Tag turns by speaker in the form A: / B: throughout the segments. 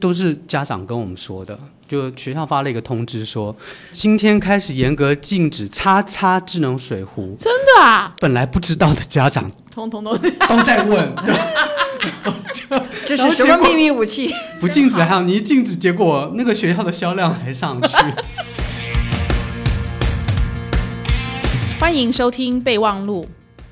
A: 都是家长跟我们说的，就学校发了一个通知说，今天开始严格禁止叉叉智能水壶。
B: 真的啊，
A: 本来不知道的家长
B: 通通 都
A: 都在问，
C: 这
A: 然
C: 是
A: 后
C: 什
A: 结
C: 么
A: 果
C: 秘密武器？
A: 不禁止还有你一禁止，结果那个学校的销量还上去。
B: 欢迎收听备忘录。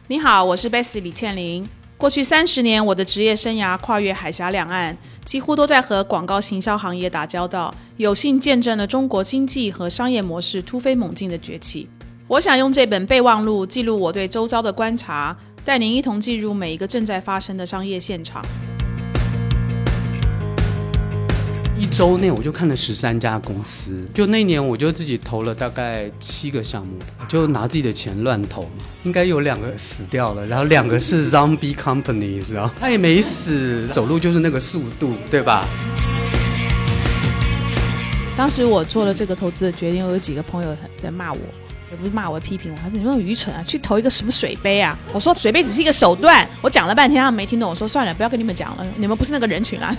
B: 你好，我是 Bessy 李倩玲。过去三十年，我的职业生涯跨越海峡两岸，几乎都在和广告行销行业打交道，有幸见证了中国经济和商业模式突飞猛进的崛起。我想用这本备忘录记录我对周遭的观察，带您一同进入每一个正在发生的商业现场。
A: 一周内我就看了十三家公司，就那年我就自己投了大概七个项目，就拿自己的钱乱投嘛，应该有两个死掉了，然后两个是 zombie company，知道？他也没死，走路就是那个速度，对吧？
B: 当时我做了这个投资的决定，我有几个朋友在骂我，也不是骂我，批评我，他说你们很愚蠢啊，去投一个什么水杯啊？我说水杯只是一个手段，我讲了半天他们没听懂，我说算了，不要跟你们讲了，你们不是那个人群啦。啊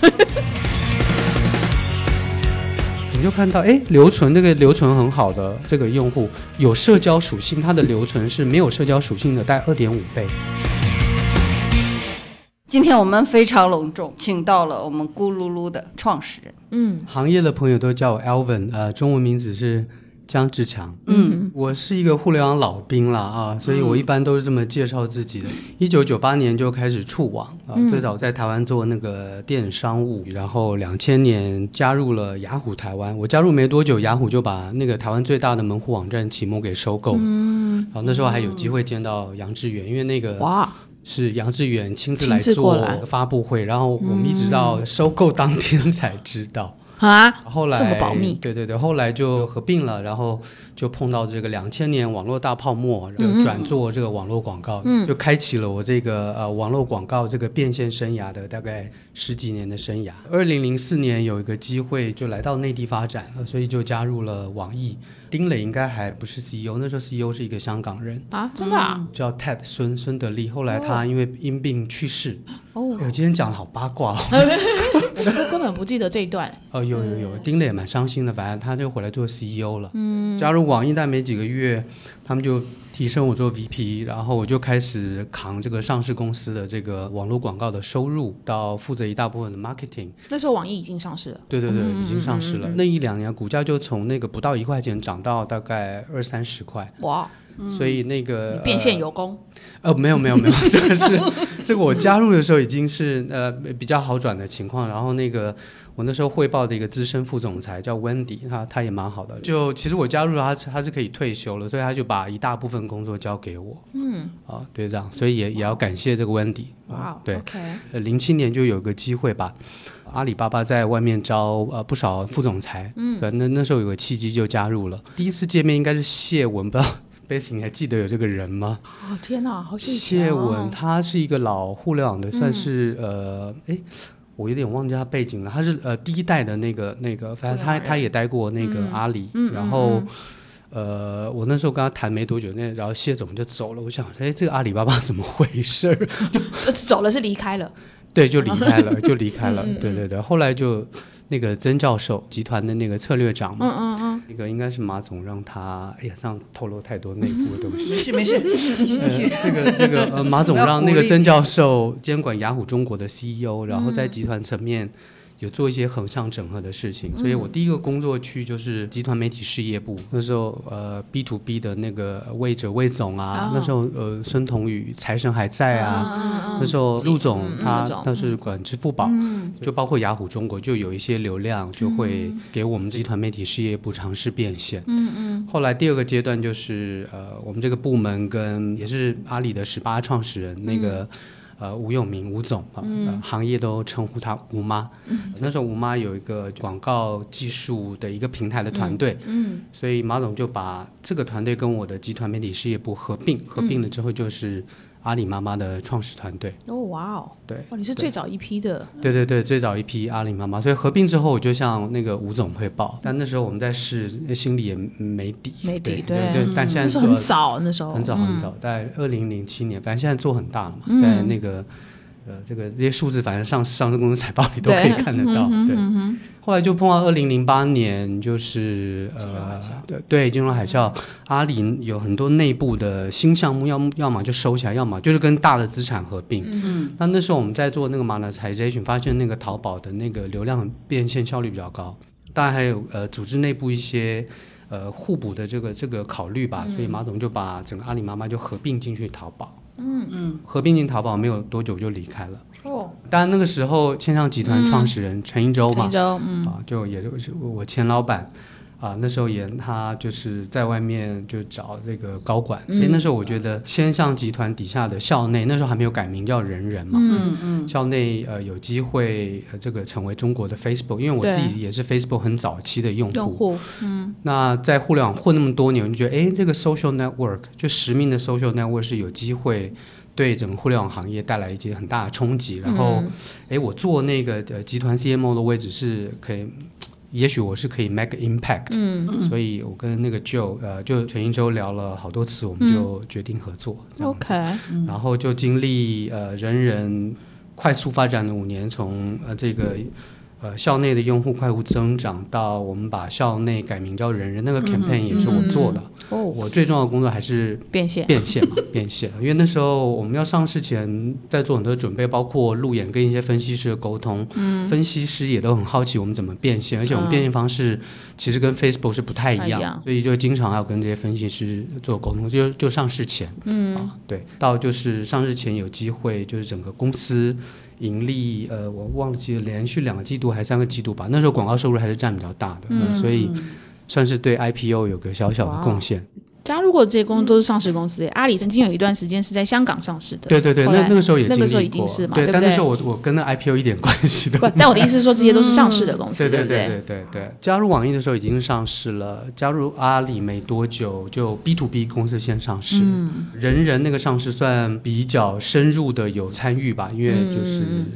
A: 你就看到，哎，留存这个留存很好的这个用户有社交属性，它的留存是没有社交属性的，大概二点五倍。
C: 今天我们非常隆重，请到了我们咕噜噜的创始人。
B: 嗯
A: 行业的朋友都叫我 Alvin，呃，中文名字是江志强。
C: 嗯，
A: 我是一个互联网老兵了啊，
B: 嗯
A: 所以我一般都是这么介绍自己的。一九九八年就开始触网啊，
B: 嗯
A: 最早在台湾做那个电商务，然后两千年加入了雅虎台湾。我加入没多久，雅虎就把那个台湾最大的门户网站奇摩给收购了。嗯，然后那时候还有机会见到杨致远，因为那个
B: 哇，
A: 是杨致远亲自来
B: 嗯亲自过来嗯
A: 做发布会，然后我们一直到收购当天才知道。
B: 啊，
A: 后来
B: 这么保密
A: 对对对，后来就合并了，然后就碰到这个两千年网络大泡沫，然
B: 嗯
A: 后转做这个网络广告，就开启了我这个呃网络广告这个变现生涯的大概十几年的生涯。二零零四年有一个机会就来到内地发展，呃所以就加入了网易。丁磊应该还不是 CEO，那时候 CEO 是一个香港人。
B: 啊，真的啊，
A: 叫 Ted 孙孙德利，后来他因为因病去世。
B: 哦，
A: 我今天讲的好八卦哦。
B: 嗯我根本不记得这一段。
A: 哦，有有
B: 嗯
A: 有，丁磊也蛮伤心的，反正他就回来做 CEO 了。嗯，加入网易但没几个月，他们就提升我做 VP，然后我就开始扛这个上市公司的这个网络广告的收入，到负责一大部分的 marketing。
B: 那时候网易已经上市了，
A: 对对对，
B: 嗯
A: 已经上市了。那一两年股价就从那个不到一块钱涨到大概二三十块，
B: 哇，
A: 所以那个
B: 嗯你变现有功，
A: 呃，没有没有 没有，这个是这个我加入的时候已经是呃比较好转的情况，然后那个我那时候汇报的一个资深副总裁叫 Wendy，他他也蛮好的，就其实我加入了他是他是可以退休了，所以他就把一大部分工作交给我，嗯，啊对这样，所以也也要感谢这个 Wendy，
B: 哇
A: 啊，对，
B: ，OK，
A: 呃，零七年就有个机会吧，阿里巴巴在外面招呃不少副总裁，嗯，对，那那时候有个契机就加入了，第一次见面应该是谢文，不知道贝奇你还记得有这个人吗？
B: 哦天哪，好久以前
A: 谢
B: 哦嗯
A: 文，他是一个老互联网的，算是、呃，哎，我有点忘记他背景了。他是呃第一代的那个那个，反正他他也待过那个
B: 嗯
A: 阿里，然后。呃，我那时候跟他谈没多久，那然后谢总就走了。我想，哎，这个阿里巴巴怎么回事儿？
B: 这走了是离开了，
A: 对，就离开了，就离开
B: 嗯
A: 了。对对对，后来就那个曾教授集团的那个策略长嘛，
B: 嗯嗯，
A: 那个应该是马总让他，哎呀，这样透露太多内部的东西。
C: 没事没事，继续继续。
A: 这个这个呃，马总
C: 我要
A: 让
C: 鼓
A: 那个
C: 励
A: 曾教授监管雅虎中国的 CEO，然后
C: 嗯
A: 在集团层面有做一些横向整合的事情，所以
C: 嗯
A: 我第一个工作区就是集团媒体事业部。那时候呃，B to B 的那个魏哲魏总啊，
C: 哦
A: 那时候呃，孙彤宇财神还在啊。那时候陆总
B: 嗯
A: 他
B: 陆总嗯
A: 那是管支付宝，就包括雅虎中国就有一些流量就会给我们集团媒体事业部尝试变现。
B: 嗯
A: 后来第二个阶段就是呃，我们这个部门跟也是阿里的十八创始人、那
B: 嗯
A: 个。呃，吴永明，吴总啊、呃行业都称呼他吴妈。
B: 嗯
A: 那时候吴妈有一个广告技术的一个平台的团队，嗯，所以马总就把这个团队跟我的集团媒体事业部合并，合
B: 嗯
A: 并了之后就是阿里妈妈的创始团队。
B: 哦哇哦，
A: 对，
B: 哦你是最早一批的，
A: 对对对，最早一批阿里妈妈，所以合并之后，我就向那个吴总汇报。但那时候我们在试，呃心里也没底，
B: 没底
A: 对
B: 对嗯
A: 对但现在
B: 那时
A: 做
B: 候很早，那时候嗯嗯
A: 很早很早，在二零零七年，反正现在做很大了嘛，在那个呃，这个这些数字反正上上市公司财报里都可以看得
B: 嗯
A: 到。对，后来就碰到二零零八年，就是呃，对对，金融海啸，阿里有很多内部的新项目，要么要么就收起来，要么就是跟大的资产合并。嗯，那那时候我们在做那个 monetization，发现那个淘宝的那个流量变现效率比较高，当然还有呃组织内部一些。呃，互补的这个这个考虑吧，所以马总就把整个阿里妈妈就合并进去淘宝，
B: 嗯嗯，
A: 合并进淘宝没有多久就离开了。
B: 哦，嗯
A: 当然那个时候，千象集团创始人陈一舟嘛
B: 一，周，嗯
A: 啊，就也就是我前老板啊，那时候也他就是在外面就找这个高管，所以那时候我觉得千象集团底下的校内，那时候还没有改名叫人人嘛，
B: 嗯
C: 嗯
A: 校内呃有机会呃这个成为中国的 Facebook，因为我
B: 对
A: 自己也是 Facebook 很早期的用户，
B: 用户，嗯
A: 那在互联网混那么多年，我就觉得，哎，这个 social network 就实名的 social network 是有机会对整个互联网行业带来一些很大的冲击。然后，哎、我做那个呃集团 CMO 的位置是可以，也许我是可以 make impact、
B: 嗯，
A: 所以我跟那个 Joe 呃，就陈一舟聊了好多次，我们就决定合作。这样子
B: OK，
A: 然后就经历呃人人快速发展的五年，从呃这个呃校内的用户快速增长到我们把校内改名叫人人，那个 campaign 也是我做的。
B: 哦，
A: 我最重要的工作还是
B: 变现，
A: 变现嘛，变现。因为那时候我们要上市前在做很多准备，包括路演跟一些分析师的沟通，嗯，分析师也都很好奇我们怎么变现，而且我们
B: 嗯
A: 变现方式其实跟 Facebook 是不太
B: 不
A: 一
B: 太一
A: 样，
B: 样
A: 所以就经常要跟这些分析师做沟通，就就上市前，嗯啊，对，到就是上市前有机会，就是整个公司。盈利，呃，我忘记了连续两个季度还是三个季度吧，那时候广告收入还是占比较大的，嗯，哦所以算是对 IPO 有个小小的
B: 哇
A: 贡献。
B: 加入过这些公司都是上市公司耶，阿里曾经有一段时间是在香港上市的，
A: 对对对，
B: 后来
A: 那那个时候也
B: 那个时
A: 经
B: 候
A: 历
B: 已经
A: 过
B: 是嘛
A: 对，
B: 对不
A: 但那
B: 对
A: 时候我我跟那 IPO 一点关系都
B: 不，但我的意思是说这些都是上市的公
A: 嗯
B: 司，
A: 对
B: 对
A: 对
B: 不
A: 对对对，加入网易的时候已经上市了，加入阿里没多久就 B to B 公司先上市，
B: 嗯
A: 人人那个上市算比较深入的有参与吧，因为就是、
B: 嗯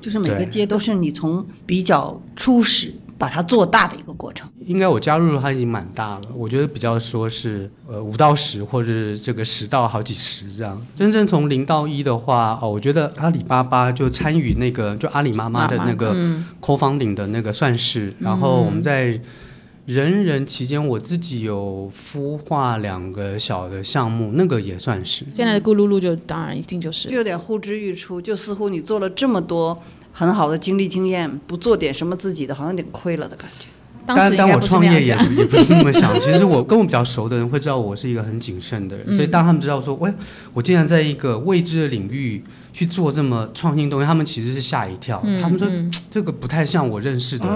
C: 就是每个
A: 对
C: 阶都是你从比较初始把它做大的一个过程。
A: 应该我加入它已经蛮大了，我觉得比较说是呃五到十或者是这个十到好几十这样，真正从零到一的话，哦，我觉得阿里巴巴就参与那个就阿里妈妈的嗯那个
B: 嗯
A: co-founding 的那个算是，然后我们在人人期间，我自己有孵化两个小的项目，那个也算是。
B: 现在的咕噜噜就当然一定就是
C: 就有点呼之欲出，就似乎你做了这么多很好的经历经验，不做点什么自己的，好像有点亏了的感觉。
B: 当时应
A: 但
B: 该
A: 我
B: 不是
A: 创
B: 那
A: 业
B: 样
A: 也
B: 想，
A: 不也不是那么想。其实我跟我比较熟的人会知道我是一个很谨慎的人，所以
B: 嗯
A: 当他们知道说，喂，我竟然在一个未知的领域去做这么创新的东西，他们其实是吓一跳。
B: 嗯
A: 他们说这个不太像我认识的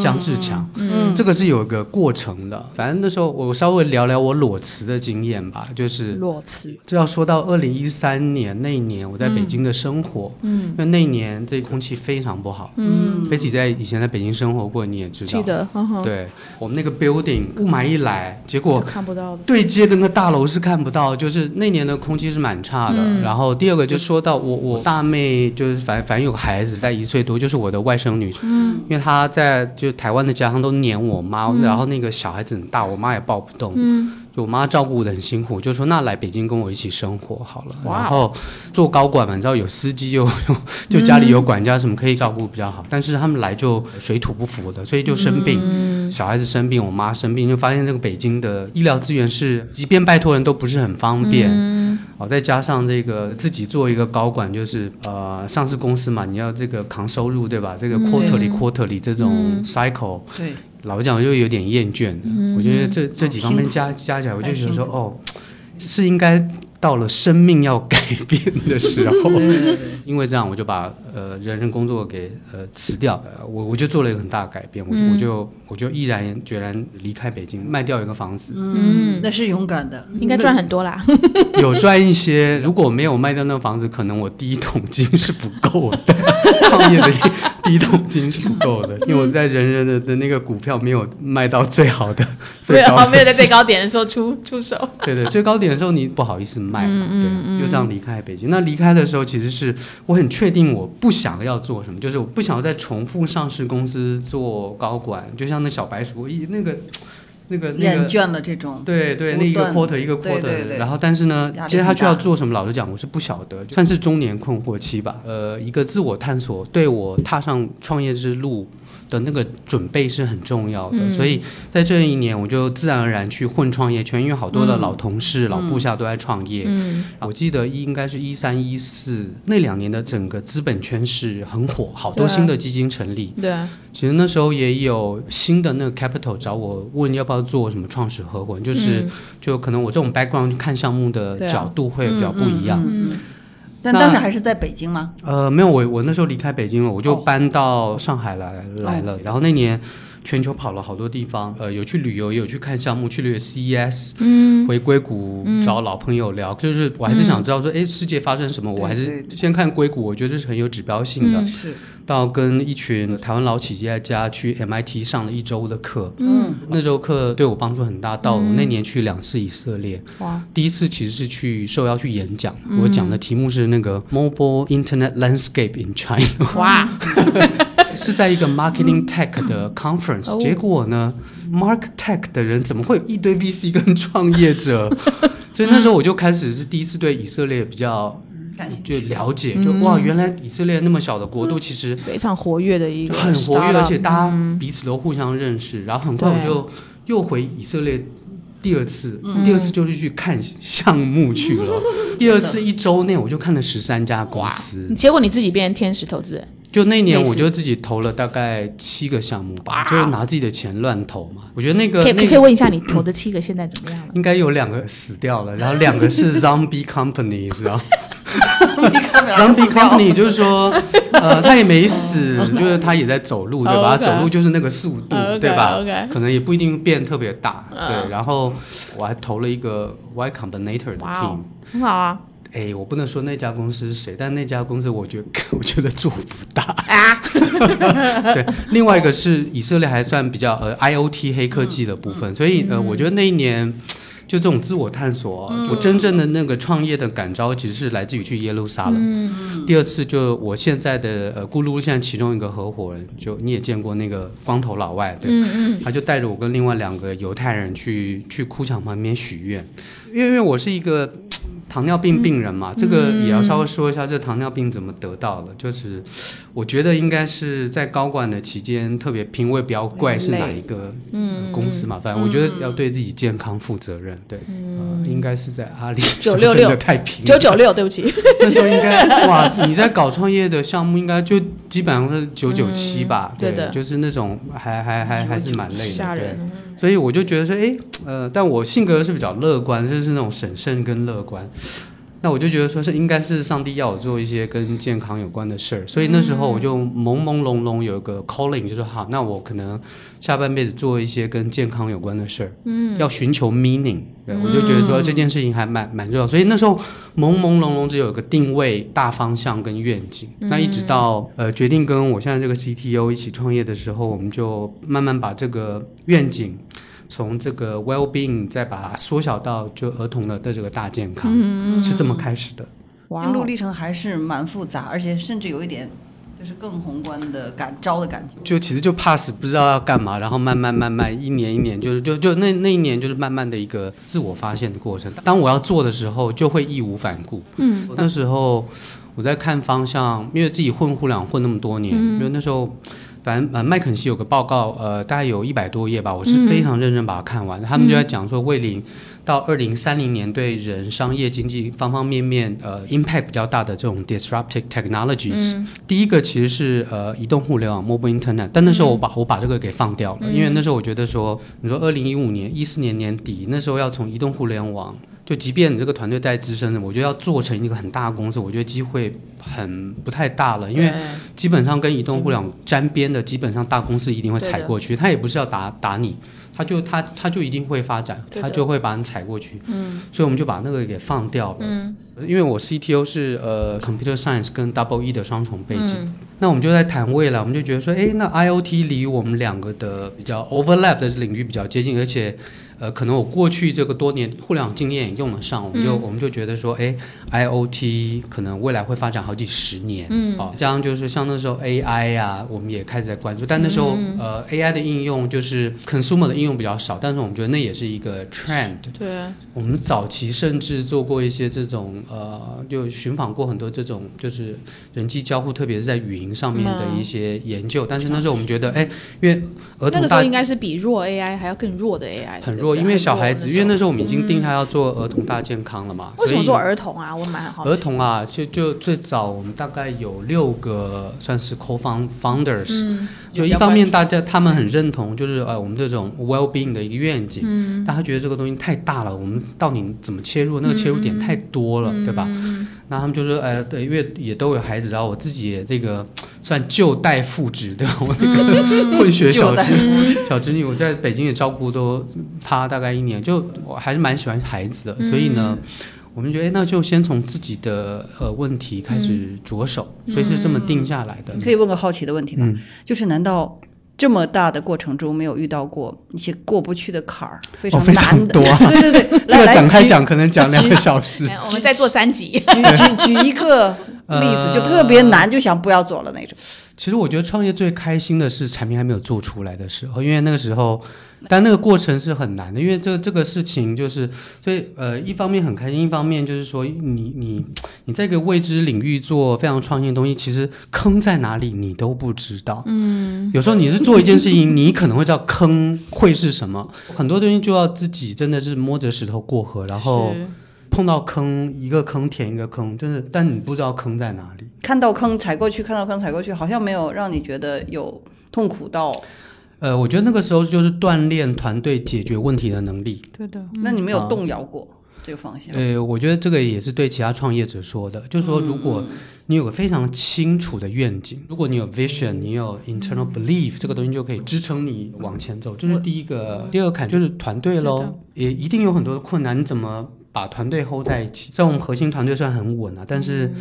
A: 姜志强，
C: 嗯
A: 这个是有一个过程的。反正那时候我稍微聊聊我裸辞的经验吧，就是
B: 裸辞，
A: 这要说到二零一三年那一年，我在北京的生活，嗯，那那一年这空气非常不好。
B: 嗯，
A: 贝奇在以前在北京生活过，你也知道
B: 记。得，嗯哼，
A: 对，我们那个 building 雾霾一来，结
B: 就
A: 果
B: 看不到的，
A: 对接的那大楼是看不到，就是那年的空气是蛮差的。
B: 嗯
A: 然后第二个就说到我我大妹就是反正反正有个孩子在一岁多，就是我的外甥女，嗯、因为她在就台湾的家乡都黏我妈，然后那个小孩子很大，我妈也抱不动，
B: 嗯
A: 就我妈照顾的很辛苦，就说那来北京跟我一起生活好了。
B: 哇哦
A: 然后做高管嘛，你知道有司机又 就家里有管家什么可以照顾比较好，但是他们来就水土不服的，所以就生病，小孩子生病，我妈生病，就发现这个北京的医疗资源是，即便拜托人都不是很方便。哦，再加上这个自己做一个高管，就是呃上市公司嘛，你要这个扛收入对吧？这个 quarterly、quarterly 这种 cycle，、
C: 对，
A: 老讲就有点厌倦的。
C: 嗯
A: 我觉得这
C: 哦
A: 这几方面加加起来，我就觉得说，
C: 哎太辛苦
A: 哦，是应该到了生命要改变的时 候。因为这样，我就把呃人人工作给呃辞掉，呃我我就做了一个很大的改变，我就、
C: 嗯
A: 我就我就毅然决然离开北京，卖掉一个房子，
B: 嗯，
C: 那是勇敢的，
B: 应该赚很多啦，
A: 有赚一些。如果没有卖掉那个房子，可能我第一桶金是不够的， 创业的第一桶金是不够的，因为我在人人的的那个股票没有卖到最好的，
B: 对
A: 最高
B: 哦，
A: 的
B: 没有在
A: 时
B: 最高点的时候出出手，
A: 对对，最高点的时候你不好意思卖嘛，
B: 嗯
A: 对，就这样离开北京。那离开的时候，其实是我很确定我不想要做什么，就是我不想要再重复上市公司做高管，就像那小白鼠，咦，那个那个那
C: 厌
A: 个。
C: 倦了这种，嗯
A: 对对，那一个 quarter 一个 quarter，
C: 对对对
A: 然后但是呢
C: 压，力
A: 接下
C: 很
A: 去要
C: 大
A: 做什么，老实讲我是不晓得，算是中年困惑期吧。呃，一个自我探索对我踏上创业之路的那个准备是很重要的，
C: 嗯
A: 所以在这一年我就自然而然去混创业圈，因为好多的
C: 嗯
A: 老同事、老部下都在创业。
B: 嗯
A: 我记得应该是一三一四那两年的整个资本圈是很火，好多
B: 对
A: 新的基金成立。
B: 对啊，
A: 其实那时候也有新的那个 capital 找我问要不要做什么创始合伙人，就是、
C: 嗯
A: 就可能我这种 background 去看项目的
B: 对啊
A: 角度会比较不一样。
C: 嗯，但
A: 那
C: 当时还是在北京吗？
A: 呃，没有，我我那时候离开北京了，我就
C: 哦
A: 搬到上海来、来了。然后那年全球跑了好多地方，呃，有去旅游，也有去看项目，去了 CES，嗯，回硅谷找老朋友聊，就是我还是想知道说，哎、世界发生什么，我还
C: 嗯对
A: 是
C: 对对嗯
A: 先看硅谷，我觉得这是很有指标性的。
C: 是，
A: 到跟一群台湾老企业家去 MIT 上了一周的课，
C: 嗯，
A: 那周课对我帮助很大。到我那年去两次以色列，
B: 哇，
A: 第一次其实是去受邀去演讲，我讲的题目是那个 Mobile Internet Landscape in China，
B: 哇，
A: 是在一个 Marketing Tech 的 conference、
B: 哦
A: 结果呢，Mark Tech 的人怎么会有一堆 VC 跟创业者？ 所以那时候我就开始是第一次对以色列比较
C: 嗯感谢。
A: 就了解，就哇，原来以色列那么小的国度，其实。
B: 非常活跃的一个
A: 很活跃，而且
B: startup 嗯
A: 大家彼此都互相认识。然后很快我
B: 对
A: 就又回以色列第二次，第二次就是去看项目去了。第二次一周内我就看了十三家公司，
B: 嗯结果你自己变成天使投资人，
A: 就那年
B: 类似
A: 我就自己投了大概七个项目吧，就是拿自己的钱乱投嘛。我觉得那个
B: 可以可
A: 那
B: 以可以
A: 个
B: 问一下你投的七个现在怎么样了？
A: 应该有两个死掉了，然后两个 是 zombie company，知道吗？Zombie Company 就是说，呃，他也没死， 就是他也在走路，对吧？
B: OK
A: 走路就是那个速度
B: OK，
A: 对吧
B: OK
A: 可能也不一定变特别大，
B: 嗯
A: 对。然后我还投了一个 Y Combinator 的
B: 哇哦
A: team，，
B: 很好啊
A: 哎，我不能说那家公司是谁，但那家公司我觉得 我觉得做不大。
B: 啊，
A: 对，另外一个是以色列还算比较呃 IOT 黑科技的部
B: 嗯
A: 分，所以呃，我觉得那一年。就这种自我探索、我真正的那个创业的感召，其实是来自于去耶路撒冷。第二次就我现在的呃咕噜现在其中一个合伙人，就你也见过那个光头老外，对，他就带着我跟另外两个犹太人去去哭墙旁边许愿，因为因为我是一个嘖糖尿病病人嘛，这个也要稍微说一下这糖尿病怎么得到的，就是我觉得应该是在高管的期间特别拼，我也不要怪是哪一个、
B: 嗯
A: 呃、公司嘛，反正我觉得要对自己健康负责任，对，
B: 嗯
A: 呃、应该是在阿里
B: 966
A: 真的太拼了
B: 九九六，对不起，
A: 那时候应该哇，你在搞创业的项目，应该就基本上是九九七吧，
B: 嗯对的
A: 就是那种还还还还是蛮 累
B: 吓
A: 的，对
B: 人。。
A: 所以我就觉得说，哎，呃，但我性格是比较乐观，就是那种审慎跟乐观。那我就觉得说是应该是上帝要我做一些跟健康有关的事儿，所以那时候我就朦朦胧胧有一个 calling，就是好，那我可能下半辈子做一些跟健康有关的事儿，嗯，要寻求 meaning，对我就觉得说这件事情还蛮蛮重要，所以那时候朦朦胧胧只有一个定位、大方向跟愿景。那一直到呃决定跟我现在这个 CTO 一起创业的时候，我们就慢慢把这个愿景。从这个 well being 再把它缩小到就儿童的的这个大健康，是这么开始的。
B: 哇
C: 心路
B: 哦，
C: 历程还是蛮复杂，而且甚至有一点就是更宏观的感招的感觉。
A: 就其实就 pass 不知道要干嘛，然后慢慢慢慢一年一年就是就就那那一年就是慢慢的一个自我发现的过程。当我要做的时候，就会义无反顾。嗯，那时候我在看方向，因为自己混互联网混那么多年，因为那时候。反正呃，麦肯锡有个报告，呃，大概有一百多页吧，我是非常认真把它看完。他们就在讲说，卫灵到二零三零年对人、商业、经济方方面面，呃，impact 比较大的这种 disruptive technologies，、第一个其实是呃移动互联网 （mobile internet），但那时候我把、我把这个给放掉了，因为那时候我觉得说，你说二零一五年、一四年年底那时候要从移动互联网，就即便你这个团队再资深的，我觉得要做成一个很大的公司，我觉得机会很不太大了，因为
B: 对
A: 基本上跟移动互联网沾边的，基本上大公司一定会踩过去，他也不是要打打你，他就他他就一定会发展，
B: 对的
A: 他就会把你踩过去。嗯，所以我们就把那个给放掉了。嗯，因为我 CTO 是呃 computer science 跟 double E 的双重背景，
B: 嗯
A: 那我们就在谈未来，我们就觉得说，哎，那 IOT 离我们两个的比较 overlap 的领域比较接近，而且。呃，可能我过去这个多年互联网经验也用得上，我们就、我们就觉得说，哎，IOT 可能未来会发展好几十年，嗯，哦，这样就是像那时候 AI 啊，我们也开始在关注，但那时候、呃 AI 的应用就是 consumer 的应用比较少，但是我们觉得那也是一个 trend，
B: 对，
A: 我们早期甚至做过一些这种呃，就寻访过很多这种就是人机交互，特别是在语音上面的一些研究。但是那时候我们觉得，哎，因为儿
B: 那
A: 童
B: 个时候
A: 大
B: 应该是比弱 AI 还要更弱的 AI，
A: 很
B: 对不
A: 弱，
B: 对
A: 因为小孩
B: 很
A: 子，
B: 弱
A: 因为那时候我们已经定下要做儿童大健康了嘛，
B: 为什么
A: 所
B: 做
A: 以
B: 儿童啊？我蛮好
A: 儿
B: 奇。
A: 童啊，就就最早我们大概有六个算是 co-founders，、
B: 嗯，
A: 就一方面大家他们很认同，就是呃我们这种 well being 的一个愿景，嗯，但他觉得这个东西太大了，我们到底怎么切入？那个切入点太多了，对吧？那他们就是呃对，因为也都有孩子，然后我自己也这个算旧代父职，对吧？我这个混血小
C: 旧代
A: 侄小侄女，我在北京也照顾都她大概一年，就我还是蛮喜欢孩子的，所以呢。
C: 嗯
A: 我们觉得，哎，那就先从自己的呃问题开始着手，所以是这么定下来
B: 嗯
A: 的。
C: 你嗯可以问个好奇的问题吗？
A: 嗯
C: 就是难道这么大的过程中没有遇到过一些过不去的坎儿，非
A: 哦
C: 常
A: 非常
C: 难的？
A: 多啊
C: 对对对，
A: 这个
C: 来
A: 展开
C: 来
A: 讲可能讲两个小时。
B: 哎我们再做三集。
C: 举举举 一个
A: 呃
C: 例子，就特别难，就想不要做了那种。
A: 其实我觉得创业最开心的是产品还没有做出来的时候，因为那个时候，但那个过程是很难的，因为这这个事情就是，所以呃，一方面很开心，一方面就是说你你你在一个未知领域做非常创新的东西，其实坑在哪里你都不知道。嗯，有时候你是做一件事情，你可能会知道坑会是什么，很多东西就要自己真的是摸着石头过河，然后
B: 是
A: 碰到坑一个坑填一个坑，真的，但你不知道坑在哪里。
C: 看到坑踩过去，看到坑踩过去，好像没有让你觉得有痛苦到。
A: 呃，我觉得那个时候就是锻炼团队解决问题的能力。
B: 对的，
C: 那你没有
A: 啊
C: 动摇过这个方向？
A: 呃，我觉得这个也是对其他创业者说的，就是说，如果你有个非常清楚的愿景，如果你有 vision，你有 internal belief，这个东西就可以支撑你往前走。这是第一个，第二个坎就是团队
B: 对
A: 喽，也一定有很多的困难，你怎么把团队 hold 在一起？这种核心团队虽然很稳啊，但是。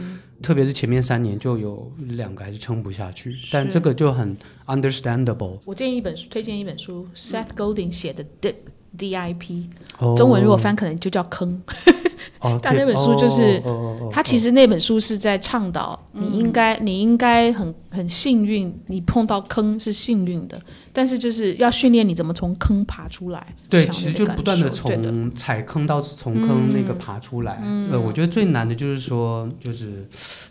A: 特别是前面三年就有两个还是撑不下去，但
B: 是
A: 这个就很 understandable。
B: 我建议一本书，推荐一本书，Seth Godin 写的《Dip》DIP，
A: 哦
B: 中文如果翻可能就叫坑。
A: 哦，
B: 但
A: 对
B: 那本书就是
A: 哦哦哦哦
B: 他其实那本书是在倡导，你应该你应该很很幸运，你碰到坑是幸运的，但是就是要训练你怎么从坑爬出来。
A: 对，
B: 想
A: 其
B: 那
A: 实
B: 个
A: 就
B: 感
A: 不断的
B: 受对的嗯
A: 从踩坑到从坑那个爬出来。呃，我觉得最难的就是说，就是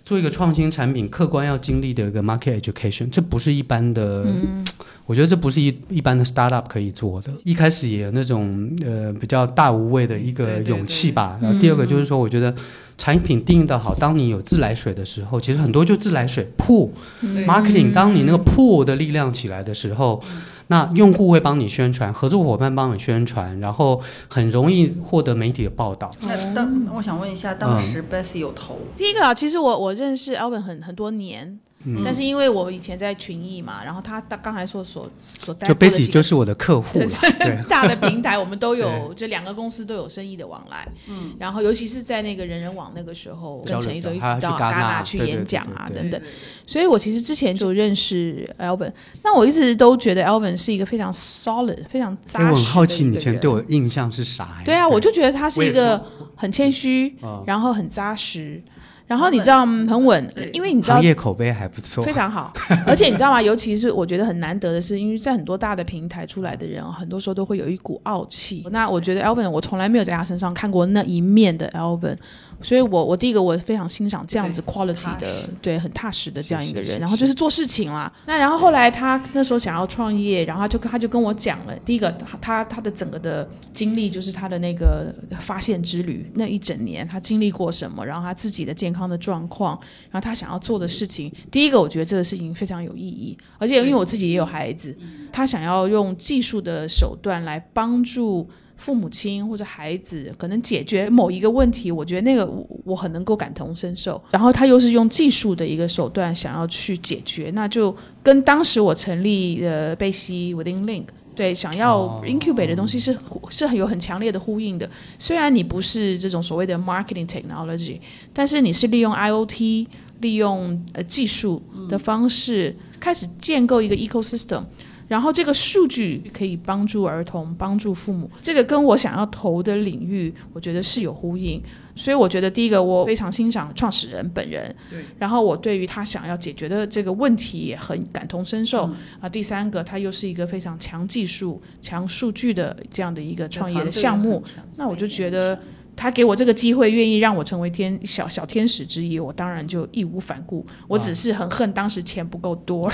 A: 做一个创新产品，客观要经历的一个 market education，这不是一般的，
B: 嗯
A: 我觉得这不是一一般的 startup 可以做的。一开始也有那种呃比较大无畏的一个
C: 对对
A: 勇气
B: 嗯
A: 吧。然后第二个就是说，我觉得。产品定义的好，当你有自来水的时候，其实很多就自来水 pool
B: 嗯
A: marketing。当你那个 pool 的力量起来的时候，那用户会帮你宣传，合作伙伴帮你宣传，然后很容易获得媒体的报道。
C: 那当那我想问一下，
A: 嗯
C: 当时 Bessy 有投，
B: 第一个啊，其实我我认识 Alvin 很很多年。
A: 嗯
B: 但是因为我以前在群艺嘛，然后他他刚才说所所带
A: 就
B: 过的几
A: Basic
B: 个
A: 就是我的客户了，啊 对，
B: 大的平台，我们都有，就两个公司都有生意的往来。嗯，然后尤其是在那个人人网那个时候，
A: 交
B: 跟
A: 流
B: 陈一舟一起
A: 他去戛
B: 到戛
A: 纳
B: 纳去
A: 对对
B: 演
A: 对
B: 讲啊
A: 对对
B: 等等。所以我其实之前就认识 Alvin，那我一直都觉得 Alvin 是一个非常 solid、非常扎
A: 哎，
B: 实
A: 我
B: 的一个人。
A: 很好奇你以前对我印象是啥呀？
B: 对啊，我就觉得他是
A: 我
B: 一
A: 也是
B: 个很谦虚
A: 啊，
B: 然后很扎实，然后你知道嗯很稳
C: 对，
B: 因为你知道
A: 行业口碑还不错
B: 非，常 好。而且你知道吗？尤其是我觉得很难得的是，因为在很多大的平台出来的人，啊很多时候都会有一股傲气。那我觉得 Elvin，我从来没有在他身上看过那一面的 Elvin，所以我我第一个我非常欣赏这样子 quality
C: 踏
B: 的
C: 实，
B: 对，很踏实的这样一个
A: 是是
B: 人。
A: 是
B: 然后就是做事情啦。那然后后来他那时候想要创业，然后他就跟他就跟我讲了，第一个他他他的整个的经历就是他的那个发现之旅那一整年他经历过什么，然后他自己的健康的状况。然后他想要做的事情，第一个我觉得这个事情非常有意义，而且因为我自己也有孩子，他想要用技术的手段来帮助父母亲或者孩子可能解决某一个问题，我觉得那个我我很能够感同身受。然后他又是用技术的一个手段想要去解决，那就跟当时我成立的贝西 Within Link。对，想要
A: 哦
B: incubate 的东西是、是很有很强烈的呼应的。虽然你不是这种所谓的 marketing technology，但是你是利用 IOT，利用呃技术的方式，开始建构一个 ecosystem，然后这个数据可以帮助儿童、帮助父母，这个跟我想要投的领域，我觉得是有呼应。所以我觉得第一个，我非常欣赏创始人本人，
C: 对，
B: 然后我对于他想要解决的这个问题也很感同身受、啊。第三个，他又是一个非常强技术、强数据的这样的一个创业
C: 啊
B: 的项目，，那我就觉得他给我这个机会，愿意让我成为天小小天使之一，我当然就义无反顾。我只是很恨当时钱不够 多。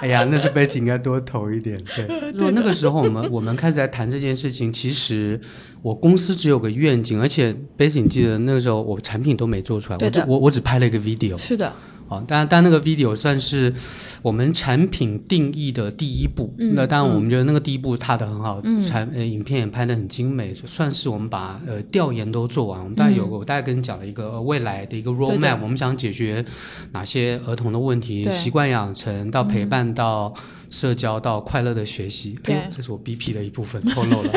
A: 哎呀，那是杯子应该多投一点。 对，如果那个时候我 们我们开始来谈这件事情，其实我公司只有个愿景，而且杯子你记得那个时候我产品都没做出来，
B: 对
A: 我只
B: 的
A: 我我只拍了一个 video
B: 是的，
A: 啊、哦，但但那个 video 算是我们产品定义的第一步。
B: 嗯
A: 那当然我们觉得那个第一步踏得很好，产呃影片也拍得很精美，算是我们把呃调研都做完。我们大概有个、我大概跟你讲了一个呃未来的一个
B: 嗯对的
A: roadmap，我们想解决哪些儿童的问题
B: 对，嗯
A: 习惯养成到陪伴到。社交到快乐的学习，
B: 对
A: 哎，这是我 BP 的一部分，透露了，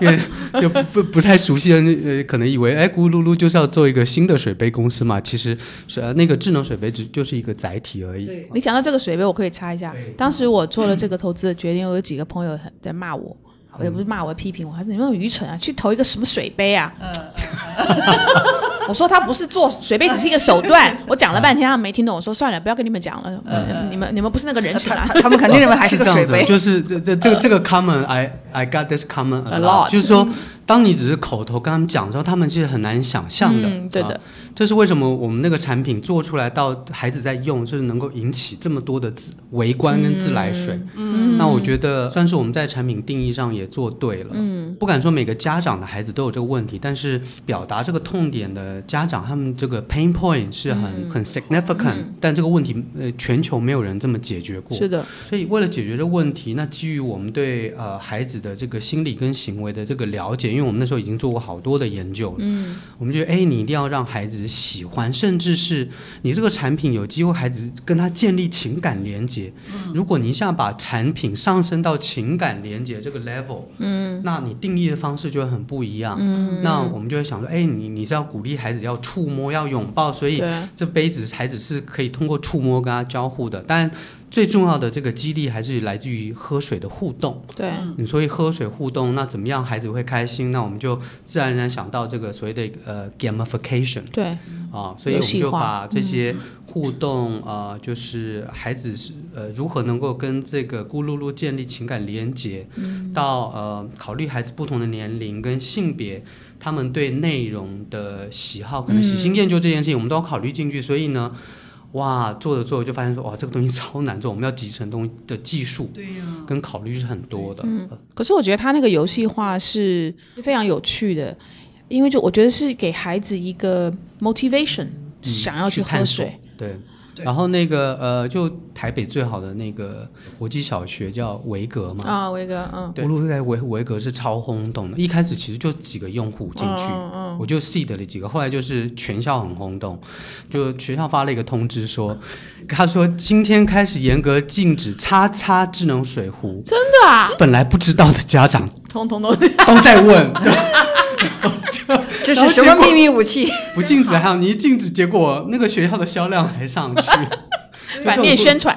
A: 因为 就不不不太熟悉的那呃，可能以为哎，咕噜噜就是要做一个新的水杯公司嘛，其实是呃那个智能水杯只就是一个载体而已。
C: 对
B: 你讲到这个水杯，我可以插一下
A: 对。
B: 当时我做了这个投资的决定，我有几个朋友很在骂我，
A: 嗯
B: 也不是骂我，批评我，他说你们很愚蠢啊，去投一个什么水杯啊？
A: 嗯
B: 我说他不是做水杯，只是一个 手段。我讲了半天，他们没听懂。我说算了，不要跟你们讲了，
A: 嗯
B: 嗯你们你们不是那个人群啊。
C: 他们肯定认为还
A: 是
C: 个
A: 这样
C: 水
A: 子，
C: 杯。
A: 就是这这这个这个 common I I got this common
B: A
A: a
B: lot
A: lot，就是说，当你只是口头跟他们讲之后，他们其实很难想象的。
B: 嗯对的
A: 啊这是为什么我们那个产品做出来到孩子在用，就是能够引起这么多的自围观跟自来水。嗯，那我觉得算是我们在产品定义上也做对了。嗯，不敢说每个家长的孩子都有这个问题，但是表达这个痛点的家长，他们这个 pain point 是很、很 significant，、但这个问题呃全球没有人这么解决过。
B: 是的，
A: 所以，为了解决这个问题，那基于我们对呃孩子的这个心理跟行为的这个了解，因为我们那时候已经做过好多的研究了，嗯，我们觉得，哎，你一定要让孩子喜欢，甚至是你这个产品有机会孩子跟他建立情感连接。如果你一下把产品上升到情感连接这个 level，嗯，那你定义的方式就会很不一样。嗯，那我们就会想说，哎，你你是要鼓励孩子要触摸、要拥抱，所以
B: 对，
A: 这杯子材质是可以通过触摸跟它交互的，但最重要的这个激励还是来自于喝水的互动。
B: 对，
A: 你所以喝水互动，那怎么样孩子会开心？那我们就自然而然想到这个所谓的呃 gamification
B: 对，
A: 啊，所以
B: 游
A: 我
B: 戏
A: 们就
B: 化嗯
A: 把这些互动啊、呃就是孩子是呃如何能够跟这个咕噜噜建立情感连接，
B: 嗯
A: 到呃考虑孩子不同的年龄跟性别，他们对内容的喜好，可能喜
B: 嗯
A: 新厌旧这件事情，我们都要考虑进去。所以呢，哇，做着做着就发现说，哇，这个东西 超难做，我们要集成东西的技术
C: 对呀、
A: 跟考虑是很多的。嗯
B: 可是我觉得他那个游戏化是非常有趣的，因为就我觉得是给孩子一个 motivation，、想要
A: 嗯去
B: 喝
A: 探索
B: 水。
A: 对。
C: 对
A: 然后那个呃，就台北最好的那个国际小学叫维格嘛，
B: 啊，威哥，嗯，
A: 葫芦在维维格是超轰动的，一开始其实就几个用户进去，
B: 嗯
A: 我就 seed 了几个，后来就是全校很轰动，就学校发了一个通知说，他说今天开始严格禁止叉叉智能水壶，
B: 真的啊，
A: 本来不知道的家长
B: 通通都
A: 都在问，
C: 这
A: 然
C: 是
A: 后结
C: 什么
A: 果
C: 秘密武器？
A: 不禁止还好，你一禁止，结果那个学校的销量还上去， 就
B: 反
A: 这种
B: 面
A: 不
B: 宣传。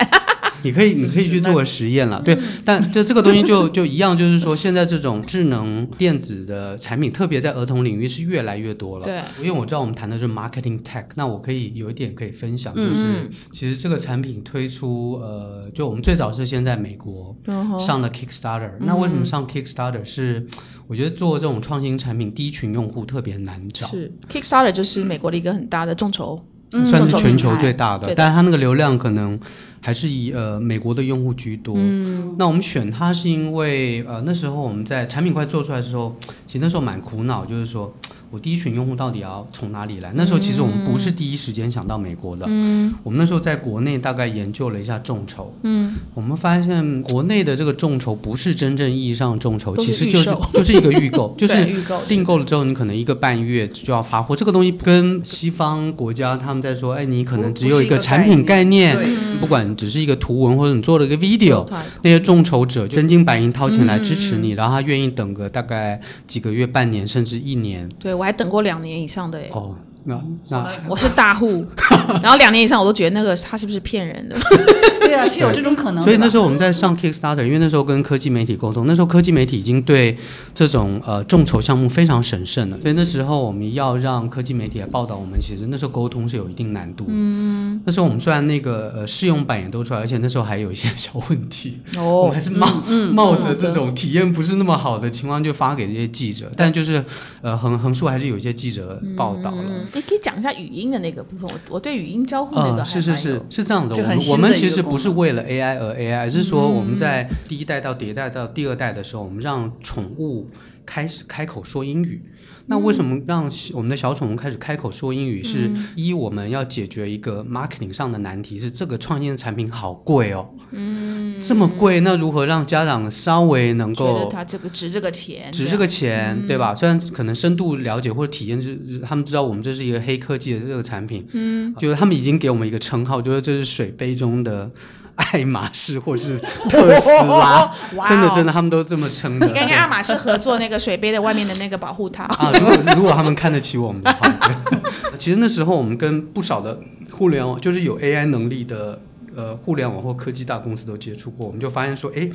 A: 你可以，你可以去做个实验了，
B: 嗯
A: 对。但就这个东西就就一样，就是说现在这种智能电子的产品，特别在儿童领域是越来越多了。
B: 对，
A: 因为我知道我们谈的是 marketing tech，那我可以有一点可以分享，就是、
B: 嗯
A: 其实这个产品推出，呃，就我们最早是先在美国
B: 嗯哼
A: 上的 Kickstarter、那为什么上 Kickstarter 是？我觉得做这种创新产品，第一群用户特别难找。
B: 是 Kickstarter 就是美国的一个很大的众筹，
C: 嗯
A: 算是
B: 众筹
A: 全球
B: 平台
A: 最大的，
B: 对的
A: 但是它那个流量可能还是以呃美国的用户居多。
B: 嗯
A: 那我们选它是因为呃那时候我们在产品快做出来的时候，其实那时候蛮苦恼，就是说我第一群用户到底要从哪里来？那时候其实我们不是
B: 嗯
A: 第一时间想到美国的，我们那时候在国内大概研究了一下众筹，嗯，我们发现国内的这个众筹不是真正意义上的众筹，
B: 都是
A: 其实
B: 预
A: 就是
B: 售
A: 就是一个预购， 就是
B: 对预购
A: 订购了之后，你可能一个半月就要发货。这个东西跟西方国家他们在说，哎，你可能只有一个产品概念，嗯
C: 对，
A: 不管只是一个图文或者你做了一个 video，
B: 对
A: 那些众筹者真金白银掏钱来支持你，然后他愿意等个大概几个月、半年甚至一年。
B: 对我还等过两年以上的耶。
A: 哦，那那
B: 我是大户，然后两年以上我都觉得那个他是不是骗人的？
C: 对啊，是有这种可能。
A: 所以那
C: 候
A: 时候我们在上 Kickstarter，因为那时候跟科技媒体沟通，那时候科技媒体已经对这种呃众筹项目非常审慎了，所以那时候我们要让科技媒体来报道我们，其实那时候沟通是有一定难度。嗯，那时候我们虽然那个呃试用版也都出来，而且那时候还有一些小问 题，
B: 哦
A: 我们还是冒、冒着这种体验不是那么好的情况就发给这些记者，但就是呃横横竖还是有一些记者报道了。
B: 嗯，你可以讲一下语音的那个部分，我我对语音交互那
A: 嗯，
B: 个还
A: 是是
B: 蛮有
A: 是是这样的，
C: 就
A: 我
C: 很
A: 们
C: 新
A: 我
C: 的
A: 们
C: 一
A: 其
C: 个
A: 实
C: 功
A: 不是为了 AI 而 AI，而是说我们在第一代到第二代到第二代的时候，我们让宠物开始开口说英语。那为什么让小我们的小宠物开始开口说英语？是一我们要解决一个 marketing 上的难题，是这个创新产品好贵哦，嗯，这么贵，那如何让家长稍微能
B: 觉得
A: 够
B: 它这个值这嗯个钱，
A: 值这个钱，对吧？虽然可能深度了解或者体验是，他们知道我们这是一个黑科技的这个产品，嗯，就是他们已经给我们一个称号，就是这是水杯中的 爱马仕或 是特斯拉，
B: 哇哦
A: 真的真的，他们都这么称 的。
B: 你看
A: 对
B: 跟爱马仕合作那个水杯的外面的那个保 护套，
A: 啊，如果如果他们看得起我们的话，对 其实那时候我们跟不少的互联网，就是有 AI 能力的呃互联网或科技大公司都接触过，我们就发现说，哎，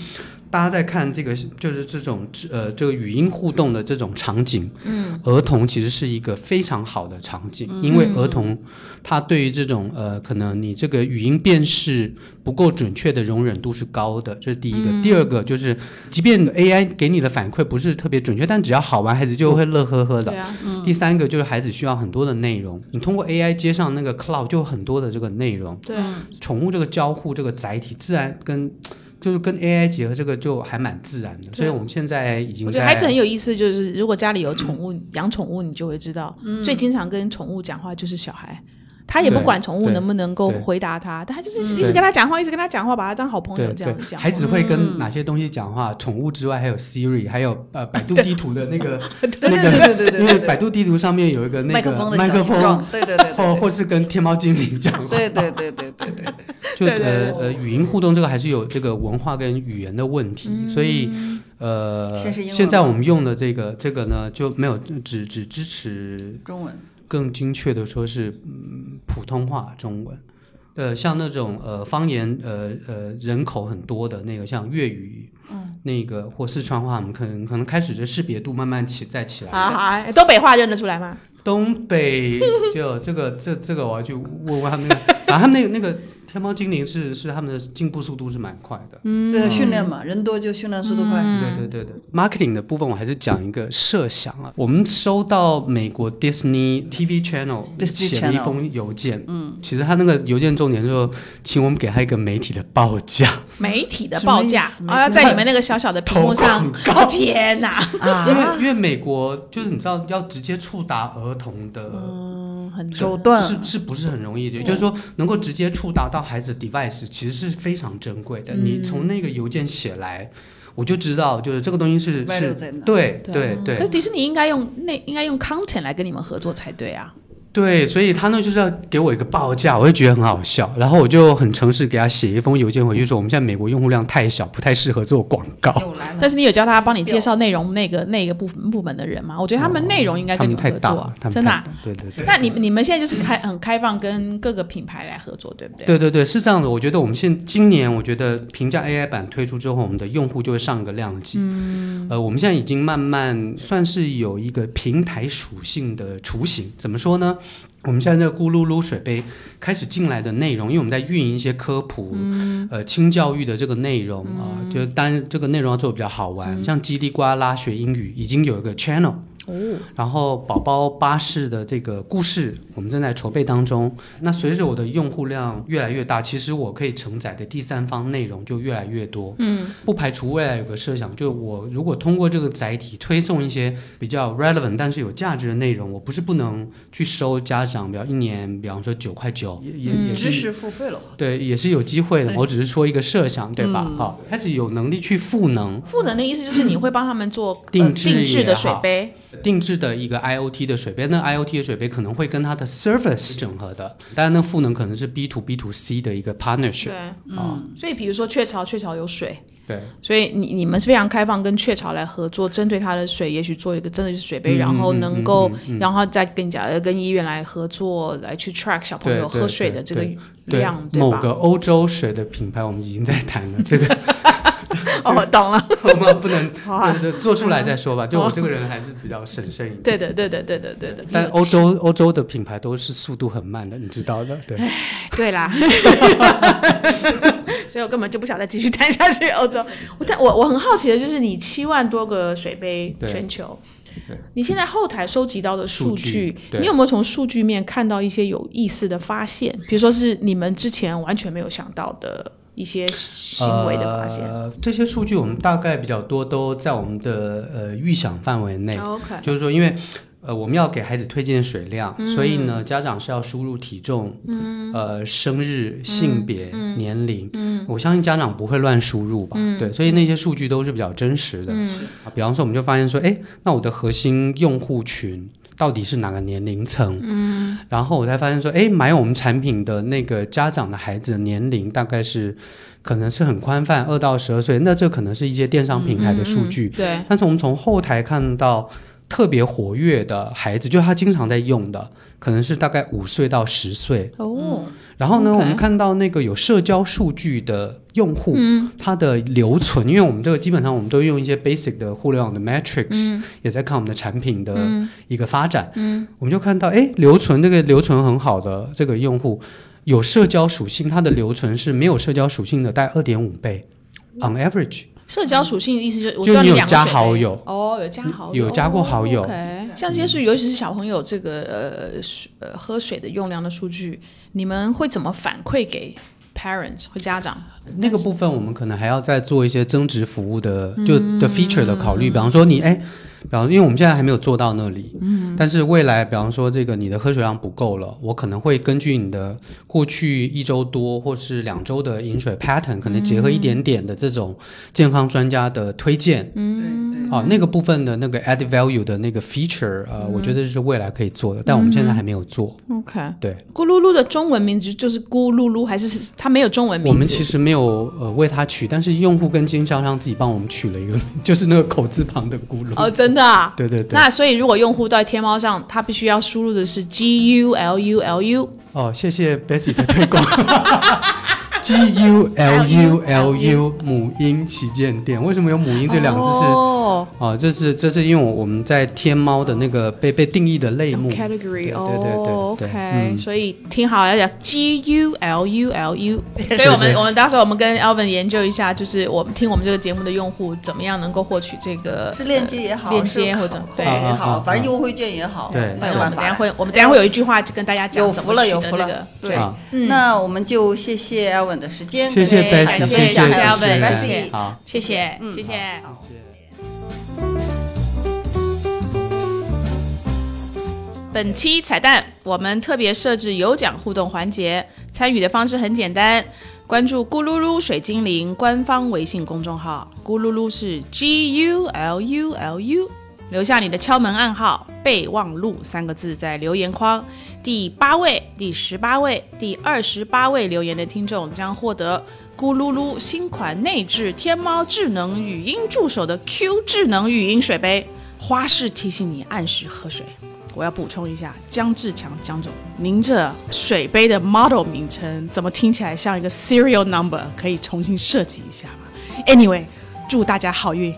A: 大家在看这个就是这种呃这个语音互动的这种场景，嗯，儿童其实是一个非常好的场景，
B: 嗯
A: 因为儿童他对于这种呃可能你这个语音辨识不够准确的容忍度是高的，这是第一
B: 嗯
A: 个。第二个就是，即便 AI 给你的反馈不是特别准确，但只要好玩，孩子就会乐呵呵的。
B: 对啊，
A: 第三个就是孩子需要很多的内容，你通过 AI 接上那个 Cloud 就有很多的这个内容。
B: 对啊，
A: 宠物这个交互这个载体，自然跟就是跟 AI 结合，这个就还蛮自然的。所以我们现在已经
B: 我觉得
A: 在
B: 孩子很有意思，就是如果家里有宠物，养宠物你就会知道，最经常跟宠物讲话就是小孩，他也不
A: 对
B: 管宠物
A: 对
B: 能不能够
A: 对
B: 回答他，但他就是
A: 嗯
B: 一直跟他讲话，一直跟他讲话，把他当好朋友
A: 对
B: 这
A: 对
B: 样子，讲话。
A: 孩子会
C: 嗯
A: 跟哪些东西讲话？宠物之外，还有 Siri，还有呃百度地图的那个
C: 对对对对对对对
A: 因为百度地图上面有一个那
C: 麦
A: 个
C: 克风的
A: 麦克
C: 小形
A: 风
C: 状，，对对对
A: 或
C: 对
A: 或是跟天猫精灵讲话，
C: 对对对对对对对。
A: 就
B: 对对
A: 呃呃语音互动这个还是有这个文化跟语言的问题，
C: 嗯
A: 所以呃
C: 先是英文
A: 现在我们用的这个这个呢就没有只只支持
C: 中文
A: 更精确的说是、嗯、普通话中文。呃，像那种呃方言呃呃人口很多的那个，像粤语，嗯，那个或四川话，我们可能可能开始这识别度慢慢起再起来。
B: 啊，好东北话认得出来吗？
A: 东北就 这个这这个我要去问问他们那个，啊，他们那个那个天猫精灵是是他们的进步速度是蛮快的。
B: 嗯
C: 对训练嘛，人多就训练速度快。
A: 对对对对，marketing 的部分我还是讲一个设想啊。我们收到美国 Disney TV Channel
C: Disney
A: 写了一
C: Channel
A: 封邮件，嗯，其实他那个邮件重点就是请我们给他一个媒体的报价，
B: 媒体的报价
C: 什么意思
B: 啊，在你们那个小小的屏幕上，
A: 投
B: 哦 天哪，
C: 啊
A: 因为因为美国就是你知道要直接触达儿童的。
B: 嗯，很
C: 手
B: 多。
C: 段
A: 是是不是很容易的？也就是说，能够直接触达到孩子的 device 其实是非常珍贵
C: 嗯
A: 的。你从那个邮件写来，我就知道，就是这个东西是
C: Value
A: 是
C: 在哪，
A: 对
B: 对
A: 对
C: 嗯
B: 可
A: 对
B: 是迪士尼应该用那应该用 content 来跟你们合作才对啊。
A: 对，所以他呢就是要给我一个报价，我就觉得很好笑，然后我就很诚实给他写一封邮件回去说，我们现在美国用户量太小，不太适合做广告。
C: 又来了
B: 但是你有叫他帮你介绍内容那个那个部分部门的人吗？我觉得他们内容应该
A: 他
B: 跟你
A: 们太
B: 们合
A: 大
B: 作
A: 了，哦他
B: 啊，
A: 们
B: 真的啊
A: 太。大对对对。
B: 那你你们现在就是开很开放，跟各个品牌来合作，对不对？
A: 对对对，是这样的。我觉得我们现今年，我觉得评价 AI 版推出之后，我们的用户就会上一个量级。嗯，呃，我们现在已经慢慢算是有一个平台属性的雏形。怎么说呢？我们现在这个咕噜噜水杯开始进来的内容，因为我们在运营一些科普、
B: 嗯
A: 呃轻教育的这个内容啊、就当然这个内容要做得比较好玩，
B: 嗯
A: 像叽里呱啦学英语已经有一个 channel，
B: 哦，
A: 然后宝宝巴士的这个故事，我们正在筹备当中。那随着我的用户量越来越大，其实我可以承载的第三方内容就越来越多。嗯，不排除未来有个设想，就我如果通过这个载体推送一些比较 relevant 但是有价值的内容，我不是不能去收家长，比方一年，比方说九块九，也也也
C: 知
A: 是。
C: 识付费了，
A: 对，也是有机会的。我只是说一个设想，对吧？好、开始有能力去赋能，
B: 赋能的意思就是你会帮他们做呃
A: 定制
B: 定制的
A: 也
B: 水
A: 好
B: 杯，
A: 呃定制的一个 IOT 的水杯，那 IOT 的水杯可能会跟它的 service 整合的，当然那
B: 嗯
A: 赋能可能是 B to B to C 的一个 partnership
B: 对。
A: 啊、
B: 所以比如说雀巢，雀巢有水，
A: 对，
B: 所以你你们是非常开放，跟雀巢来合作，针对它的水，也许做一个真的是水杯，
A: 嗯
B: 然后
A: 嗯
B: 能
A: 嗯
B: 够，
A: 嗯嗯
B: 然后再跟家跟医院来合作，来去 track 小朋
A: 对
B: 友
A: 对
B: 喝水
A: 对
B: 的这个
A: 对对
B: 量，对
A: 某
B: 吧？
A: 个欧洲水的品牌，我们已经在谈 了，这个
B: 哦，我懂了，
A: 我们不能
B: 好啊
A: 对对做出来再说 吧。就我这个人还是比较审慎一点。
B: 对的，对的，对的，对的。
A: 但欧洲欧洲的品牌都是速度很慢的，你知道的， 对。
B: 对啦，所以我根本就不想再继续谈下去欧洲。我但我我很好奇的就是，你七万多个水杯
A: 对
B: 全球
A: 对，
B: 你现在后台收集到的
A: 数
B: 数
A: 据对
B: 你有没有从数据面看到一些有意思的发现？比如说是你们之前完全没有想到的一些行为的发现、
A: 呃，这些数据我们大概比较多都在我们的呃预想范围内，
B: o k
A: 就是说，因为呃我们要给孩子推荐水量，所以呢家长是要输入体重、嗯、呃生日、性别、年龄，嗯，我相信家长不会乱输入吧，对，所以那些数据都是比较真实的。啊比方说，我们就发现说，哎，那我的核心用户群。到底是哪个年龄层？嗯，然后我才发现说，哎，买我们产品的那个家长的孩子的年龄大概是，可能是很宽泛，二到十二岁。那这可能是一些电商平台的数据，
B: 对，
A: 但是我们从后台看到特别活跃的孩子，就是他经常在用的，可能是大概五岁到十岁。
B: 哦，
A: 然后呢
B: OK
A: 我们看到那个有社交数据的用户，他的留存，因为我们这个基本上我们都用一些 basic 的互联网的 metrics，、也在看我们的产品的一个发展。嗯，我们就看到，哎，留存这个留存很好的这个用户。有社交属性，它的留存是没有社交属性的，大概二点五倍，on average。
B: 社交属性的意思就是，我
A: 就
B: 知道
A: 你有
B: 两个
A: 加
B: 水
A: 好
B: 杯
A: 友
B: 哦，有加好友，
A: 有加过好友
B: 哦，OK 像这些数据，尤其是小朋友这个呃水呃喝水的用量的数据，你们会怎么反馈给 parents 或家长？
A: 那个部分我们可能还要再做一些增值服务的，就的 feature 的考虑。比方说你哎，比方因为我们现在还没有做到那里，嗯，但是未来比方说这个你的喝水量不够了，我可能会根据你的过去一周多或是两周的饮水 pattern，可能结合一点点的这种健康专家的推荐。
C: 对对。
A: 啊，那个部分的那个 add value 的那个 feature，呃，我觉得是未来可以做的，但我们现在还没有做。
B: OK，
A: 对，
B: 咕噜噜的中文名字就是咕噜噜，还是是它没有中文名字？
A: 我们其实没有呃为它取，但是用户跟经销商自己帮我们取了一个， 就是那个口字旁的咕噜。
B: 哦，真的啊。
A: 对对对。
B: 那所以，如果用户到天猫上，他必须要输入的是 G U L U L U，
A: 哦，谢谢 Bessy 的推 广。G U L U L U 母婴旗舰店，为什么有母婴这两个字是？哦
B: 哦
A: 这是这是因为我们在天猫的那个被被定义的类目。对对
B: category
A: 对
B: 哦
A: 对对
B: ，OK，
A: 嗯
B: 所以听好要讲 G U L U L U，所以我们我们到时候我们跟 Alvin 研究一下，就是我们听我们这个节目的用户怎么样能够获取这个
C: 是链接也好，
B: 嗯链接
C: 是
B: 或者
C: 口
B: 对
C: 口也
A: 啊啊
C: 好
A: 啊，
C: 反正优惠券也好，
A: 对
C: 没
B: 反
C: 有
B: 正呃我们
C: 办
B: 等一下
C: 法。
B: 会，我们等一下会有一句话就跟大家讲
C: 有
B: 怎
C: 福
B: 么
C: 了，
B: 取
C: 有
B: 得
C: 福
B: 这个
C: 了。对
A: 啊，
C: 那我们就谢谢 Alvin 的时间，
A: 谢谢
B: 对
A: Bessy，
B: 感
A: 谢
B: 谢感谢
A: 主持
B: Alvin，
A: 人
B: 感谢
A: 好，
B: 谢谢，
C: 嗯
B: 谢谢。
A: 谢谢。
B: 本期彩蛋，我们特别设置有奖互动环节，参与的方式很简单，关注“咕噜噜水精灵”官方微信公众号，“咕噜噜”是 G U L U L U，留下你的敲门暗号“备忘录”三个字在留言框，第八位、第十八位、第二十八位留言的听众将获得。咕噜噜新款内置天猫智能语音助手的 Q 智能语音水杯，花式提醒你按时喝水。我要补充一下，江志强江总，您这水杯的 model 名称怎么听起来像一个 serial number？可以重新设计一下吗？Anyway，祝大家好运。